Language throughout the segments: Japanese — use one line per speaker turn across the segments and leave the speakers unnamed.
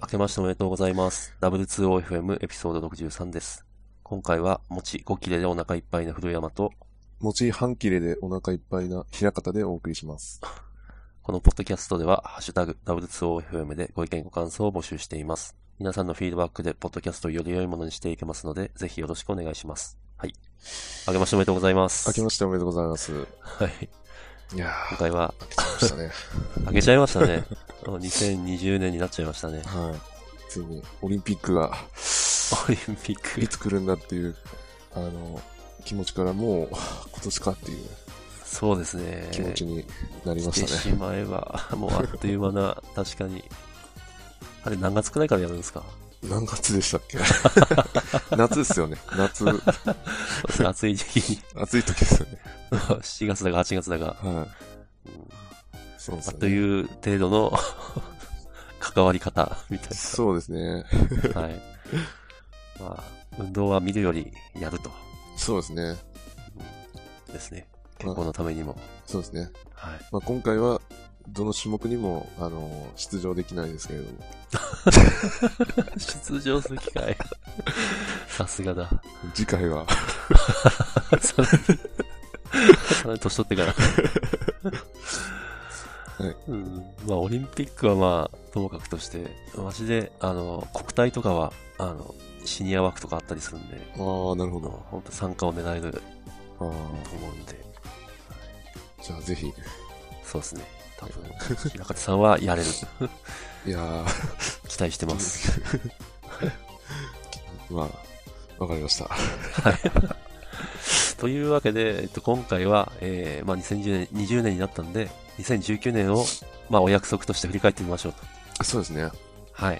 明けましておめでとうございます。W2OFM エピソード63です。今回は、餅5切れでお腹いっぱいの古山と、
餅半切れでお腹いっぱいな平方でお送りします。
このポッドキャストでは、ハッシュタグ W2OFM でご意見ご感想を募集しています。皆さんのフィードバックで、ポッドキャストをより良いものにしていけますので、ぜひよろしくお願いします。はい。明けましておめでとうございます。
明けましておめでとうございます。
はい。
いや
今
ー、
回は、
明けちゃいました ね。
明けちゃいましたね。 あの2020年になっちゃいま したね。
はい。ついにオリンピックが
オリンピック
い。つ来るんだっていう、あの、気持ちからもう今年かっていう
そうですね。
気持ちになり
来
ま
て
した
し
ね。
まえば、 もうあっという間な、確かに。あれ、何月くらいからやるんです か
何月でしたっけ 夏ですよね。夏、
そうですね暑い時期に。
暑い時ですよね。
7月だか8月だか、
はい。そうです
あ
よ
と
ね。
いう程度の 関わり方みたい
そうですね。
な。はい。まあ、運動は見るよりやると。
そうですね。
ですね。
ま
健
あ
康のためにも。
そうですね。
はい。
まあ、今回は、どの種目にも、あの、出場できないですけれども、
出場する機会。さすがだ。
次回は、
それ、それ年取って から。
はい
うん、まあ、オリンピックはまあ、ともかくとして、マジで、あの、国体とかは、あの、シニア枠とかあったりするんで、
ああ、なるほ
あの
ど。
本当参加を狙えると
あ
思うんで、
あ、じゃあぜひ。
そうですね。多分、平方さんはやれる。
いやー、
期待してます。
まあ、わかりました。
というわけで、えっと、今回は、えーまあ、2020年、20年になったんで、2019年を、まあ、お約束として振り返ってみましょうと。
そうですね。は
はい。
い。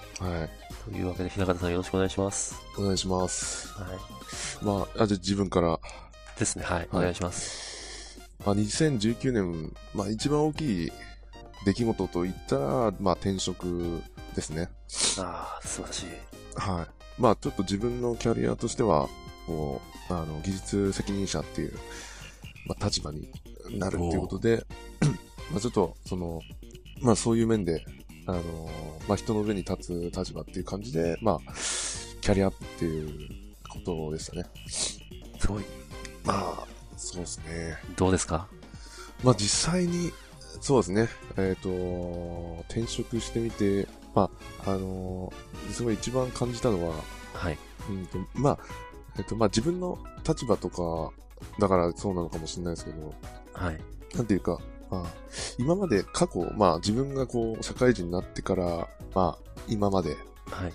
というわけで、平方さんよろしくお願いします。
お願いします。
はい。
まあ、あじゃあ自分から。
ですね、はい、お願いします。
まあ、2019年、まあ、一番大きい出来事といったら、まあ、転職ですね。
ああ、素晴らしい。
はい。まあ、ちょっと自分のキャリアとしては、こう、あの、技術責任者っていう、まあ、立場になるっていうことで、 まあ、ちょっと、その、まあ、そういう面で、あのーまあ、人の上に立つ立場っていう感じで、まあ、キャリアアップっていうことでしたね。
すごい。
まあ、そうですね。
どうですか
まあ、実際に、そうですね。えっ、と、転職してみて、まあ、あのーすごい一番感じたのは、
はい。
うんと、まあ、えっと、まあ自分の立場とか、だからそうなのかもしれないですけど、
はい。
なんていうか、まあ、今まで過去、まあ自分がこう、社会人になってから、まあ、今まで、
はい。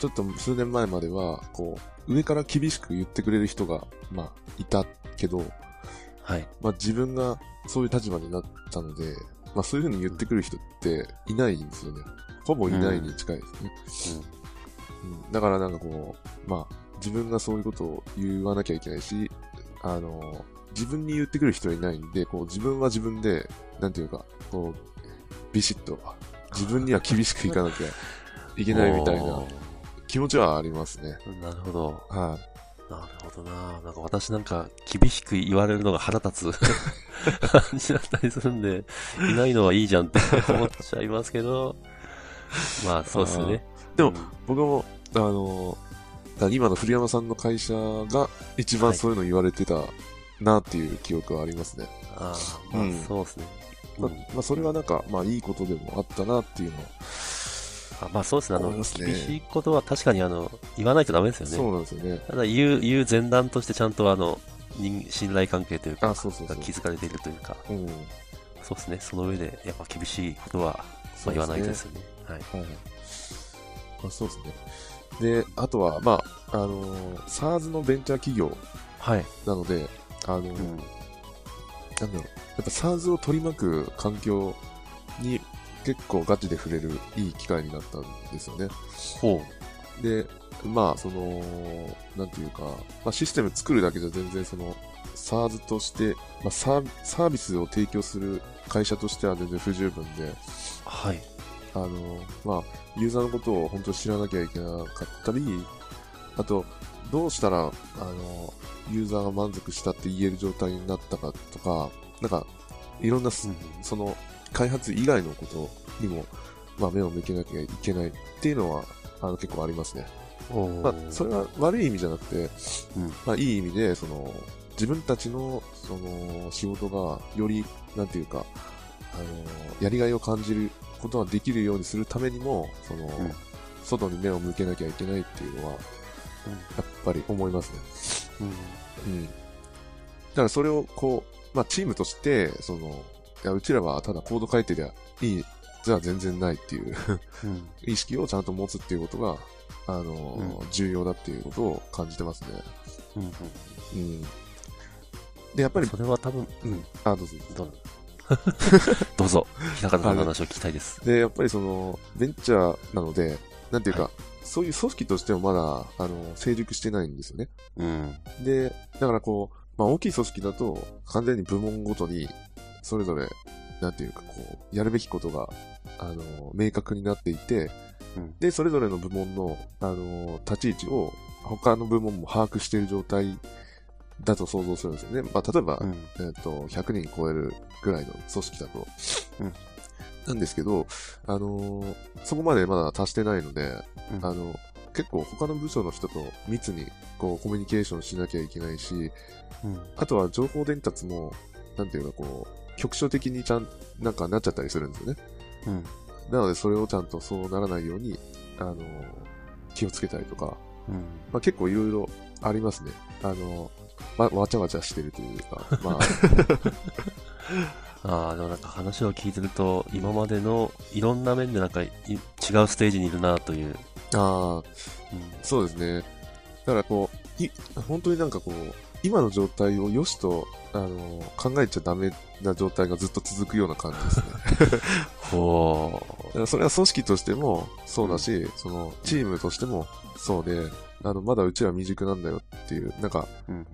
ちょっと数年前までは、こう、上から厳しく言ってくれる人が、まあ、いたけど、
はい。
まあ自分がそういう立場になったので、まあそういうふうに言ってくる人っていないんですよね。ほぼいないに近いですね。うんだからなんかこう、まあ、自分がそういうことを言わなきゃいけないし、あの、自分に言ってくる人はいないんで、こう、自分は自分で、なんていうか、こう、ビシッと、自分には厳しくいかなきゃい
い
けないみ たいな気持ちはありますね。
なるほど。
は
なるほどな。なんか私なんか厳しく言われるのが腹立つ感じだったりするんで、いないのはいいじゃんって思っちゃいますけ ど、まあそうですよね。
でも
うん、
い。僕も、あの、だから今の古山さんの会社が一
は
番
い
そういうの言われてたなっていう記憶はありますね。
ああ、ま
う
あ
ん
そうですね。
ま
うん
まあ、それはなんか、まあ、いいことでもあったなっていうのは、
あまあそうですね。あの、
思いますね
厳しいことは確かにあの、言わないとダメですよね。
そうなんですよね。
ただ言う、言う前段としてちゃんとあの、人信頼関係というか、
あ、そうそうそ
が
う。
築かれているというか、
うん。
そうですね、その上で、やっぱ厳しいことは、ま
そ
あ、
う
言
で
わ
すね
ないですよね。はい。
はいはい。まあ、そうですね。で、あとは、まあ、あのー、SARS のベンチャー企業
はい。
なので、あのー、
うん。
なんだろう、やっぱ SARS を取り巻く環境に結構ガチで触れるいい機会になったんですよね。
ほ
で、まあ、その、なんていうか、まあ、システム作るだけじゃ全然その、SARS として、まあ、サーサービスを提供する会社としては全然不十分で、
う。はい。
あの、まあ、ユーザーのことを本当に知らなきゃいけなかったり、あと、どうしたら、あの、ユーザーが満足したって言える状態になったかとか、なんか、いろんなす、
うん
その、開発以外のことにもまあ、目を向けなきゃいけないっていうのは、あの、結構ありますね。
お
まあ、それは悪い意味じゃなくて、
うん
まあ、いい意味で、その、自分たちの、その、仕事が、より、なんていうか、あの、やりがいを感じることができるようにするためにも、その、
ん
外に目を向けなきゃいけないっていうのは、やっぱり思いますね。
うん。
うん。だからそれをこう、まあチームとして、その、いや、うちらはただコード書いてりゃいい、じゃあ全然ないっていう
うん。
意識をちゃんと持つっていうことが、あの、重要だっていうことを感じてますね。
うん。うん。
うん。で、やっぱり、
それは多分、うん。
あ、どうぞ。
ど うぞ。どうぞ。平方さんの話を聞きたいです。
で、やっぱりその、ベンチャーなので、なんていうか、そういう組織としてもまだ、あの、成熟してないんですよね。
うん。
で、だからこう、まあ、大きい組織だと、完全に部門ごとに、それぞれ、なんていうか、こう、やるべきことが、あの、明確になっていて、
うん
で、それぞれの部門の、あの、立ち位置を、他の部門も把握している状態だと想像するんですよね。まあ、例えば、
うん。
えっと100人超えるぐらいの組織だと。
うん
なんですけど、あのーそこまでまだ達してないので、
うん
あの結構他の部署の人と密にこうコミュニケーションしなきゃいけないし、
うん。
あとは情報伝達も、なんていうかこう、局所的にちゃん、なんかなっちゃったりするんですよね。
うん。
なのでそれをちゃんとそうならないように、あのー気をつけたりとか、
うん。
まあ、結構いろいろありますね。あのーわ、わちゃわちゃしてるという か、まあ、
ああ、でもなんか話を聞いてると、今までのいろんな面でなんかい違うステージにいるなという。
あー
うん
そうですね。だからこう、い本当になんかこう、今の状態を良しと、あの、考えちゃダメな状態がずっと続くような感じ ですね。だ
ほ
からそれは組織としてもそうだし、その、チームとしてもそうで、あの、まだうちら未熟なんだよっていう、なんか、
う。うん。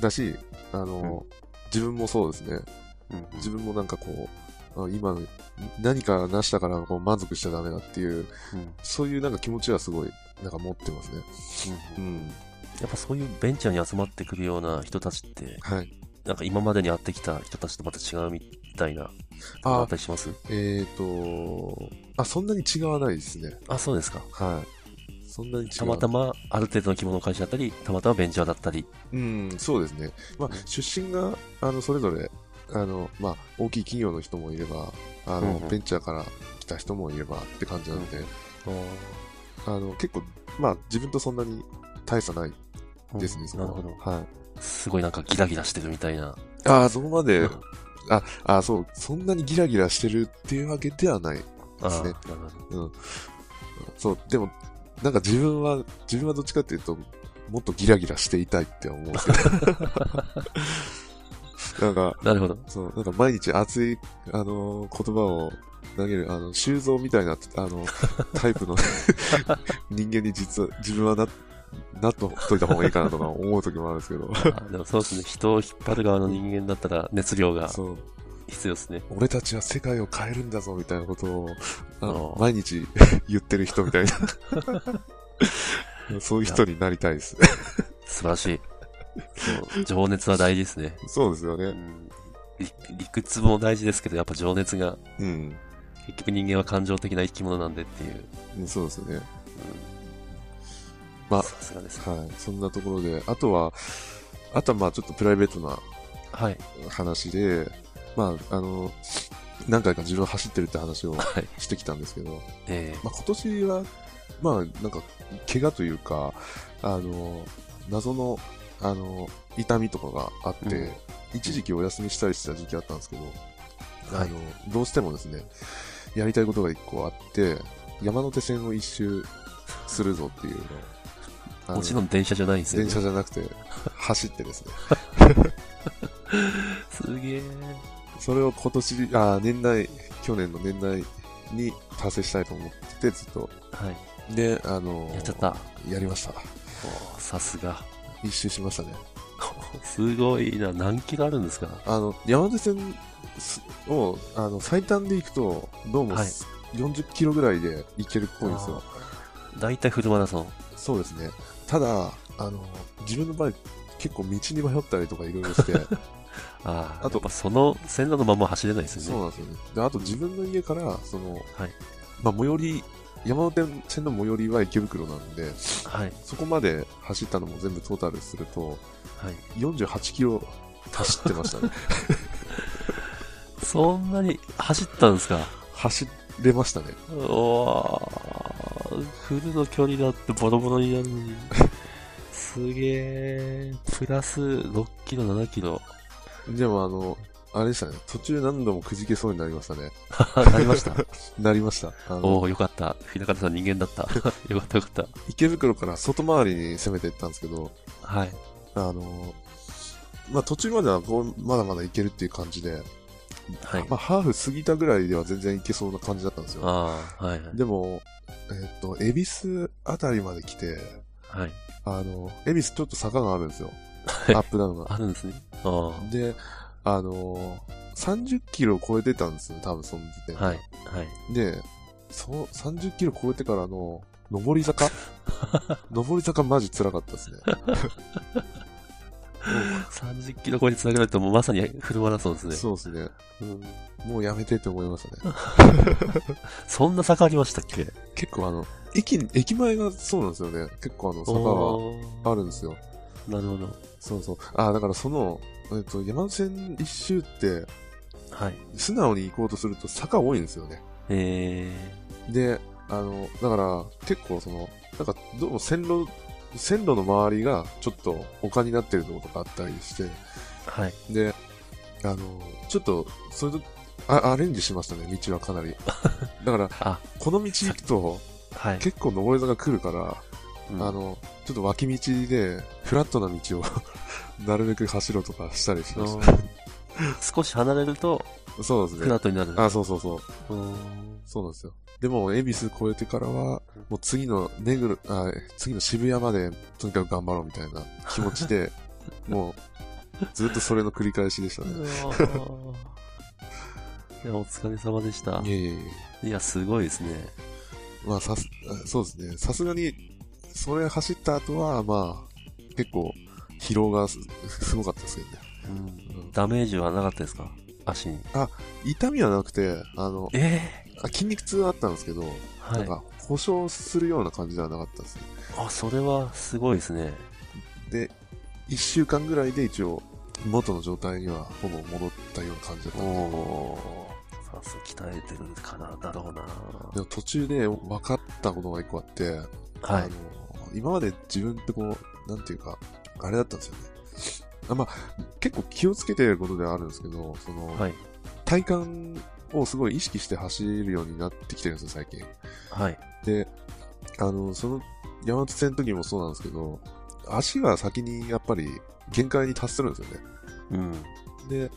だし、あの、自分もそうですね。
うん。
自分もなんかこう、あ今の、何かなしたからこう満足しちゃダメだっていう、
うん。うん
そういうなんか気持ちはすごい、なんか持ってますね。うん。
やっぱそういうベンチャーに集まってくるような人たちって、
はい。
なんか今までに会ってきた人たちとまた違うみたいな、
あ
あ
あ
っ、たりします
えーと、あ、そんなに違わないですね。
あ、そうですか。
はい。そんなに違う。
たまたまある程度の規模の会社だったり、たまたまベンチャーだったり。
うん、そうですね。まあ、出身が、あの、それぞれ、あの、まあ、大きい企業の人もいれば、あの、
うんうん
ベンチャーから来た人もいればって感じなので、
あ
あの、結構、まあ、自分とそんなに大差ないですね、そこ
な
は
るほど。
はい。
すごいなんかギラギラしてるみたいな。
ああ、そこま で
うん、
あ、あそう、そんなにギラギラしてるっていうわけではない。
ああ、
す
な
ね
るほど。
そう、でも、なんか自分は、自分はどっちかっていうと、もっとギラギラしていたいって思う んですけど。なんか、
なるほど。
そう、なんか毎日熱い、あのー言葉を投げる、あの、修造みたいな、あの、タイプ の人間に実は、自分はな、なっとといた方がいいかなとか思う時もあるんですけど。
あでもそうですね。人を引っ張る側の人間だったら熱量が
そう、
必要ですね。
俺たちは世界を変えるんだぞみたいなことを、あの
あー
毎日言ってる人 みたいな。そういう人になりたいです。
素晴らしい。そう、情熱は大事ですね。
そうですよ
う
ね。
ん、理理屈も大事ですけど、やっぱ情熱が、
うん。
結局人間は感情的な生き物なんでっていう。
うんそうですよね。
うん、
まあ
さすがです。
はい。そんなところで、あとは、あとはまあちょっとプライベートな
はい。
話で、まあ、あの、何回か自分走ってるって話を
はい。
してきたんですけど、
え
まあ今年は、まあなんか、怪我というか、あの、謎の、あの、痛みとかがあって、
うん
一時期お休みしたりしてた時期あったんですけど、
えは
あ
い。
の、どうしてもですね、やりたいことが一個あって、山手線を一周するぞっていうのをあの
もちろん電車じゃないんですよ、
電
ね。
車じゃなくて、走ってですね。
すげえ。
それを今年、あー年内、去年の年内に達成したいと思ってて、ずっと。
はい。
で、あのー
やっちゃった。
やりました。
おーさすが。
一周しましたね。
すごいな。何キロあるんですか
あの、山手線すを、あの、最短で行くと、どうも
はい
す、40キロぐらいで行けるっぽいんですよ。
大体フルマラソン。
そうですね。ただ、あの、自分の場合、結構道に迷ったりとかいろい ろして、
ああ、
あと
やっぱその線路のまま走れないです
そ
よね。
うなんですよね。で、あと自分の家から、その、
はい
まあ、最寄り、山手線の最寄りは池袋なんで、
はい。
そこまで走ったのも全部トータルすると、
はい。
48キロ走ってまし たね。
そんなに走ったんですか
走れましたね。
うわーフルの距離だってボロボロになるのに。すげえ。プラス6キロ、7キロ。
でもあの、あれでしたね。途中何度もくじけそうになりましたね。
なりました。
なりました。あ
お
の
およかった。日高さん人間だ った。よかったよかっ
池袋から外回りに攻めていったんですけど、
た。はい。
あの、まあ、途中まではこうまだまだいけるっていう感じで、
はい。
まあ、ハーフ過ぎたぐらいでは全然いけそうな感じだったんですよ。
ああ、はい。
でも、えっと、恵比寿あたりまで来て、
はい。
あの、恵比寿ちょっと坂があるんですよ。
い
アップダウンが。
あるんですね。ああ。は
で、あの30キロ超えてたんですよ、多分その時
い。
点で。
はい。
で、その30キロ超えてからの、上り 坂上り坂マジ辛かったですね。
30キロ超えに繋げられると、もうまさにフルマラソンですね。
そうですね。
うん
もうやめてって思いましたね。
そんな坂ありましたっけ
結構あの、駅、駅前がそうなんですよね。結構あの、坂
おー
があるんですよ。
なるほど。
そうそう。あ、だからその、えっと、山手線一周って、
はい。
素直に行こうとすると坂多いんですよね。
え
で、あの、だから、結構その、なんか、どうも線路、線路の周りがちょっと丘になってるところとかあったりして、
ー、はい。
で、あの、ちょっと、それと、あアレンジしましたね、道は かなり。だから、
あ、
この道行くと、
はい。
結構上り坂来るから、
うん
あの、ちょっと脇道で、フラットな道を、 なるべく走ろうとかしたりしまし
少し離れると、
た。そうです
フラ
ね
ッ。トになる。
あ、そうそうそう。
うーん
そうなんですよ。でも、恵比寿越えてからは、もう次の目黒、あ、次の渋谷まで、とにかく頑張ろうみたいな気持ち で、もう、ずっとそれの繰り返しでしたね。
うわー いや、お疲れ様でした
い。えいえいえ。
いや、すごいですね。
まあ、さす、あそうですね。さすがに、それ走った後は、まあ、結構、疲労がすすごかったですけどね。
うん
うん
ダメージはなかったですか足に。
痛みはなくて、あの、
え
あ筋肉痛はあったんですけど、なん
は
か、故障するような感じではなかったですね。
い。あ、それはすごいですね。
で、1週間ぐらいで一応、元の状態にはほぼ戻ったような感じだっ
お
たんで
おー。さす鍛えてるかな、だろうな。
でも途中で分かったことが一個あって、
は
あ
い
の。今まで自分ってこう、なんていうか、あれだったんですよね。あまあ、結構気をつけてることではあるんですけど、その、
はい。
体幹をすごい意識して走るようになってきてるんですよ、最近。
はい。
で、あの、その、山手線の時もそうなんですけど、足が先にやっぱり限界に達するんですよね。
うん。
で、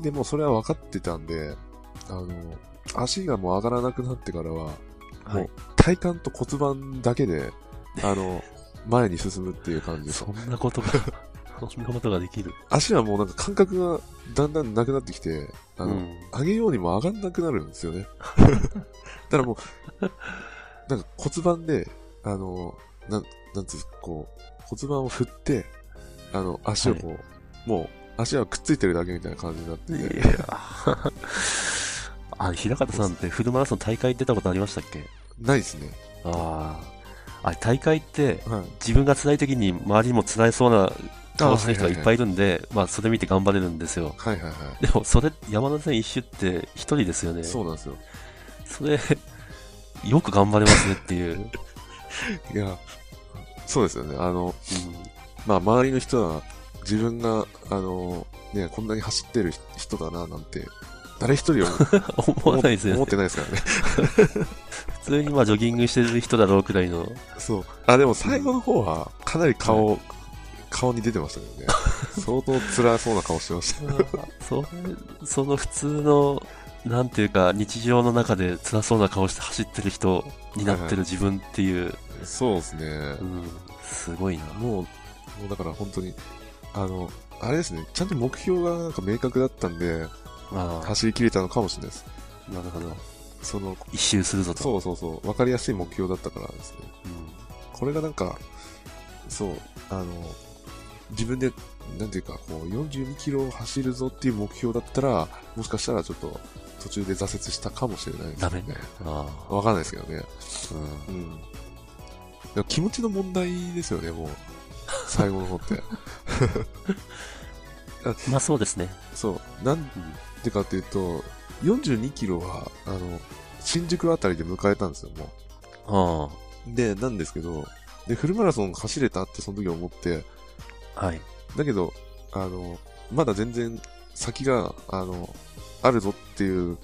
でもうそれは分かってたんで、あの、足がもう上がらなくなってからは、
は
も。
いう
体幹と骨盤だけで、あ の、前に進むっていう感じです
そ。んなことが、 そんなことができる。
足はもうなんか感覚がだんだんなくなってきて、あの、
うん
上げようにも上がんなくなるんで すよね。だからもう、なんか骨盤で、あの、なん、なんつう、こう、骨盤を振って、あの、足をこう、もう、足はくっついてるだけみたいな感じになって
いや
て、
あ、平方さんってフルマラソン大会出たことありましたっけ
ないですね。
ああ。あれ、大会って、
はい。
自分が辛い時に周りにも辛いそうな顔してる人がいっぱいいるんで、まあ、それ見て頑張れるんですよ。
はいはいはい。
でも、それ、山手線一周って一人ですよね。
そうなんですよ。
それ、よく頑張れますねっていう。うん
いや、そうですよね。あの、まあ、周りの人は、自分が、あの、ね、こんなに走ってる人だな、なんて、誰一人は
思わないですよ
思
ね
っ。てないですから ね。
普通にまあ、ジョギングしてる人だろうくらいの。
そう。あ、でも最後の方は、かなり顔、顔に出てましたけどね。相当辛そうな顔してました。
そその普通の、なんていうか、日常の中で辛そうな顔して走ってる人になってる自分っていう、
そうですね
う。ん、すごいな。
もう、もうだから本当に、あの、あれですね、ちゃんと目標がなんか明確だったんで、
あ
走り切れたのかもしれないです。
あ、なるほど。
その、
一周するぞと。
そうそうそう、わかりやすい目標だったからですね。
うん
これがなんか、そう、あの、自分で、なんていうか、こう、42キロを走るぞっていう目標だったら、もしかしたらちょっと、途中で挫折したかもしれないですよね。
ああ。
わかんないですけどね。
うん。
うん。でも気持ちの問題ですよね、もう。最後の方って。
まあそうですね。
そう。なんでかっていうと、42キロは、あの、新宿あたりで迎えたんですよ、も
あ
う。で、なんですけど、で、フルマラソン走れたってその時思って、
あ。はい。
だけど、あの、まだ全然先が、あの、あるぞっていう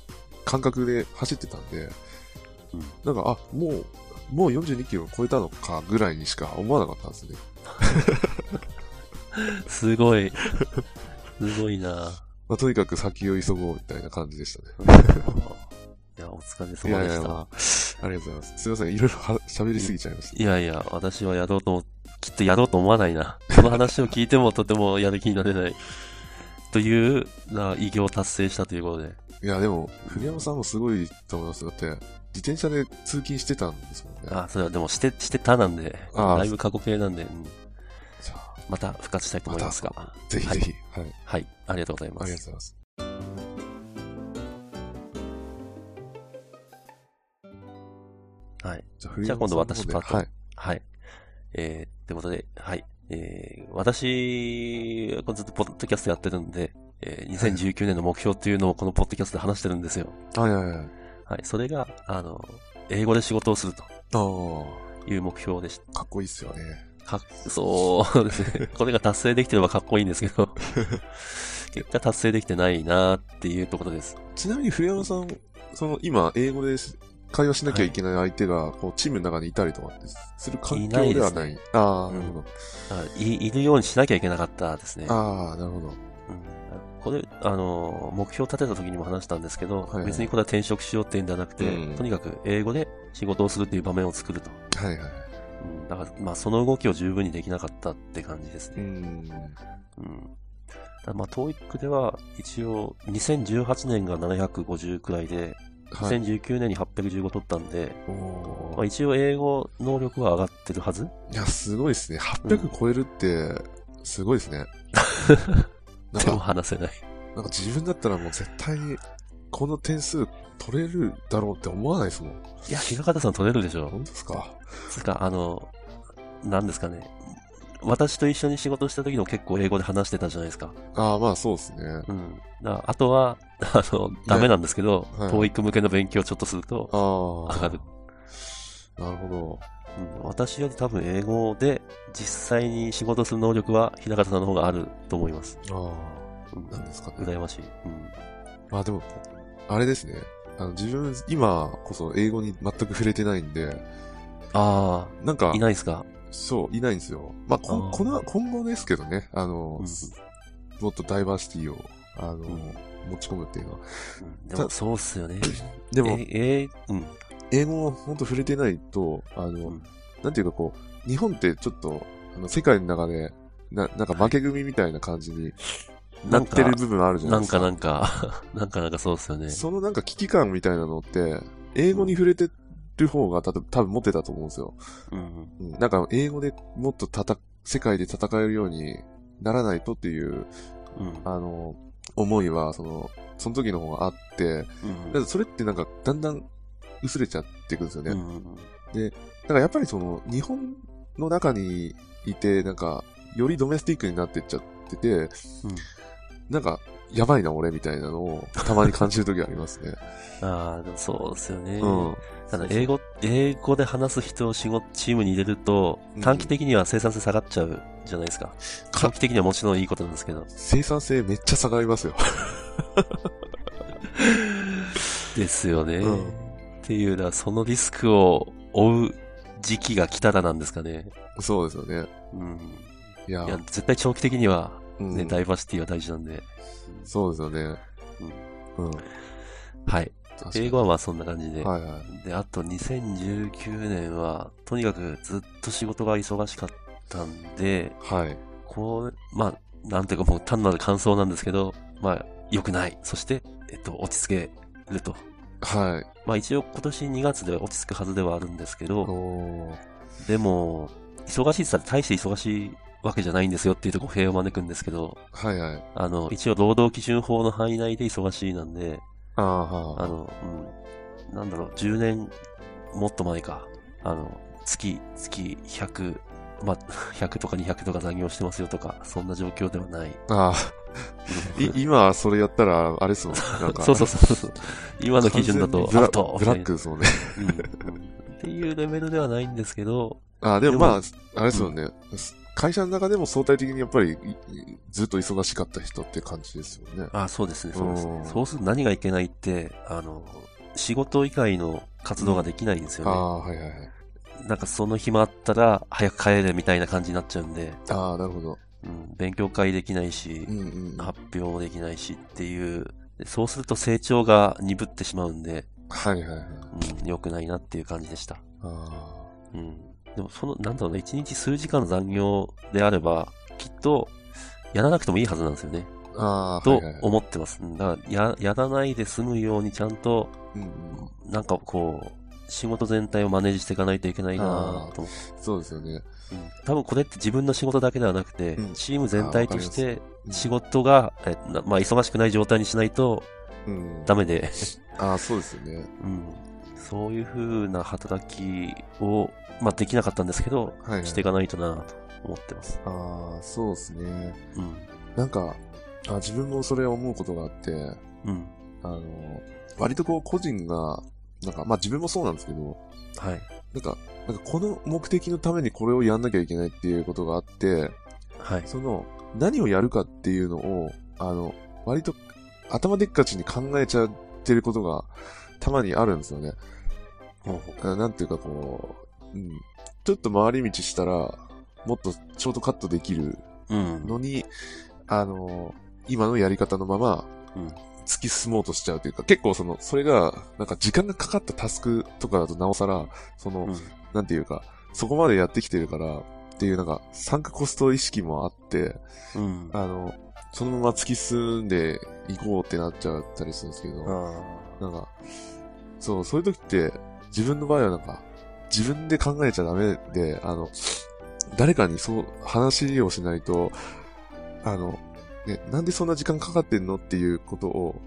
感覚で走ってたんで、
うん
なんか、あ、もう、もう42キロ超えたのかぐらいにしか思わなかったんですね。
すごい。すごいな
まあ、とにかく先を急ごうみたいな感じでしたね。
いや、お疲れ
い
様
や
で
いや、
した。
まあ、ありがとうございます。すいません、いろいろは喋りすぎちゃいました。
いやいや、私はやろうとも、きっとやろうと思わないな。この話を聞いてもとてもやる気になれない。という、な偉業を達成したということで。
いや、でも、古山さんもすごいと思います。だって、自転車で通勤してたんですもんね。
あ、それはでもして、してたなんで、
ああ
だいぶ過去形なんで、うん
じゃあ
また復活したいと思いますが。
ぜひぜひ、はい、
はい、ありがとうござい
あ
ま
りがとうござ
す。
います。
はい。
じゃあ、
じゃあ今度私
古
パ
山
ー
さん
ト
の方ではい。
はい。えー、ってことで、はい。えー、私、これずっとポッドキャストやってるんで、えー、2019年の目標っていうのをこのポッドキャストで話してるんですよ。
はいはいはい。
はい。それが、あの、英語で仕事をすると
あー
いう目標でし
かっこいいっすよね。
かっそうですね。これが達成できてればかっこいいんですけ ど、結果達成できてないなっていうところです。
ちなみに古山さん、その今、英語でし会話しなきゃいけない相手が、こう、チームの中にいたりとかってする環境ではない。
いないで
ああ、
うん
なるほど。
あいいるようにしなきゃいけなかったですね。
ああ、なるほど。
うんこれ、あの、目標を立てた時にも話したんですけど、
はいはい
別にこれは転職しようっていうんじゃなくて、
うん
とにかく英語で仕事をするっていう場面を作ると。
はいはい。
うん、だから、まあ、その動きを十分にできなかったって感じです
う
ね。
ん。
うん。ただまあ、トーイックでは、一応、2018年が750くらいで、
はい。
2019年に815取ったんで、
お
まあ、
お。
一応英語能力は上がってるは ず
いや、すごいですね。800超えるって、すごいですね。 なん
でも
か、
話せない。
なんか自分だったらもう絶対に、この点数取れるだろうって思わないですもん。
いや、日が方さん取れるでしょ。
本当ですか
つうか、あの、なんですかね。私と一緒に仕事した時も結構英語で話してたじゃないですか。
ああ、まあそうですね。
うん。だからあとは、 あの、ダメなんですけど、
はい
TOEIC 向けの勉強をちょっとすると
あ
上
あ。
がる。
なるほど。
うん、私より多分英語で実際に仕事する能力は日高さんの方があると思います。
あ
う
あ、なん
ん。
ですかね。
羨ましい。うん。
まあでも、あれですね。あの自分、今こそ英語に全く触れてないんで、
あ
なんか
あ、い、ないですか
そう、いないんですよ。まあ、こ
あー
この今後ですけどね、あの、
う
もっとダイバーシティを、あの、
ん
持ち込むっていうのは。
ん。でも、そうっすよね。
でも、
え、え、うん。
英語を本当触れてないと、あの、
うん
なんていうかこう、日本ってちょっと、あの世界の中で、な、なんか負け組みたいな感じになってる部分あるじゃ
な
な
いん
ですか。
かなんか、 なんかなんかそうっすよね。
そのなんか危機感みたいなのって、英語に触れてる方がたぶ多分持ってたと思うんですよ。
うん。
うん、なんか英語でもっとたた、世界で戦えるようにならないとっていう、
うん。
あの、思いは、その、その時の方があって、
うん
だからそれってなんかだんだん薄れちゃっていくんですよね。
うん
だからやっぱりその、日本の中にいて、なんか、よりドメスティックになってっちゃってて、なんか、やばいな俺みたいなのをたまに感じる時あります ね。
ああ、でもそうですよね。
うん。
ただ、英語、英語で話す人を仕事、チームに入れると
う、ん
短期的には生産性下がっちゃうじゃないですか。長期的にはもちろんいいことなんですけど。
生産性めっちゃ下がりますよ。
ですよね。
うん
っていう、だからそのリスクを負う時期が来たらなんですかね。
そうですよね。
うん。
いや、
いや、絶対長期的には、
うん
ね、ダイバーシティは大事なんで。
そうですよね。うん。
はい。
確かに
英語はまあそんな感じで。
はいはい。
で、あと2019年は、とにかくずっと仕事が忙しかったんで、
はい。
こう、まあ、なんていうかもう単なる感想なんですけど、まあ、良くない。そして、えっと、落ち着けると。
はい。
まあ一応今年2月で落ち着くはずではあるんですけど、
おー
でも、忙しいって言ったら大して忙しいわけじゃないんですよっていうとこ弊を招くんですけど、
はいはい。
あの、一応労働基準法の範囲内で忙しいなんで、
ああ、は
あの、うん。なんだろう、10年、もっと前か。あの、月、月100、ま あ、100とか200とか残業してますよとか、そんな状況ではない。
ああー。い今、それやったら、あれっすもんね。なん か
そうそうそうそう。 今の基準だと、
完全にブラ
アウト
ブラックですもんね。
みたいなうんうんっていうレベルではないんですけど、
ああ、で
で
も
も
まあ、あれですもんね。会社の中でも相対的にやっぱり、いいずっと忙しかった人って感じですよね。
ああそうですね、そうです
うん
ね。そうすると何がいけないって、あの、仕事以外の活動ができないんです
あ
よ
あ、はいはいはい。
ね。なんかその暇あったら、早く帰れみたいな感じになっちゃうんで、
ああ、なるほど。
うん、勉強会できないし
う、んうん。は
発表できないしっていう、でそうすると成長が鈍ってしまうんで、
いはいはい。
うん、良くないなっていう感じでした。
あ
うん。でもその、なんだろうな、一日数時間の残業であれば、きっと、やらなくてもいいはずなんですよね。
あ。ああ、
と
はいはいはい。
思ってます。うんだから、や、やらないで済むようにちゃんと、
うんうん
なんかこう、仕事全体をマネージしていかないといけないなと思って。
そうですよね。
うん多分これって自分の仕事だけではなくて、
うん
チーム全体とし
あー
て、
うん
仕事が、えなまあ、忙しくない状態にしないと
うん。
ダメで、
ああ、そうですよね。
うん、そういう風な働きを、まあ、できなかったんですけど、
はい、はい。
していかないとなと思ってます。
ああ、そうですね。
うん。
なんか、あ自分もそれ思うことがあって、
うん。
あの、割とこう個人が、なんか、まあ自分もそうなんですけど、
はい。
なんか、なんかこの目的のためにこれをやんなきゃいけないっていうことがあって、
はい。
その、何をやるかっていうのを、あの、割と頭でっかちに考えちゃってることがたまにあるんですよね。
ほうほう
あなんていうかこう、うん、ちょっと回り道したら、もっとショートカットできる
うん。
のに、あの、今のやり方のまま、
うん
突き進もうとしちゃうというか、結構その、それが、なんか時間がかかったタスクとかだとなおさら、その、
うん
なんていうか、そこまでやってきてるから、っていうなんか、参加コスト意識もあって、
うん。あ
あの、そのまま突き進んでいこうってなっちゃったりするんですけど、
あ。
なんか、そう、そういう時って、自分の場合はなんか、自分で考えちゃダメで、あの、誰かにそう、話をしないと、あの、ね、なんでそんな時間かかってんのっていうことを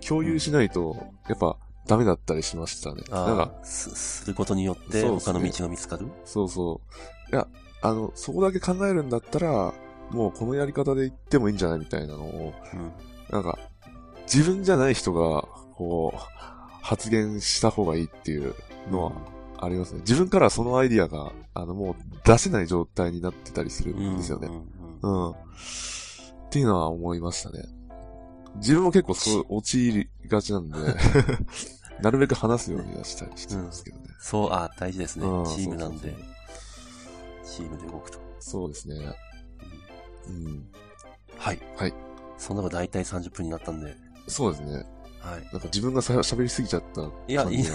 共有しないと、やっぱ、ダメだったりしましたね。なん
あ
か、
あ。す、することによって
そうです
他
ね
の道が見つかる
そうそう。いや、あの、そこだけ考えるんだったら、もうこのやり方で行ってもいいんじゃないみたいなのを、
うん。
なんか、自分じゃない人が、こう、発言した方がいいっていうのはありますね。自分からはそのアイディアが、あの、もう出せない状態になってたりする
うんん。
ですよね
うん。。
う
うん
ん。っていうのは思いましたね。自分も結構そう陥りがち なんで、なるべく話すようにはしたりしてるんですけどね。
そう、ああ、大事ですね
うん。
チームなん
そう
で
そう。
チームで動くと。
そうですね。うん。
はい。
はい。
そんなの大体30分になったんで。
そうですね。
はい。
なんか自分がさ喋りすぎちゃった感
い
じ
や
が。
いいない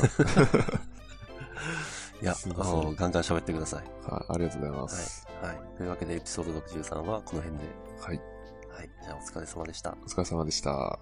や、
すい
あ
ません
の、ガンガン喋ってください。
はい、ありがとうございます。
はい。というわけで、エピソード63はこの辺で。
はい。
はい。じゃあ、お疲れ様でした。
お疲れ様でした。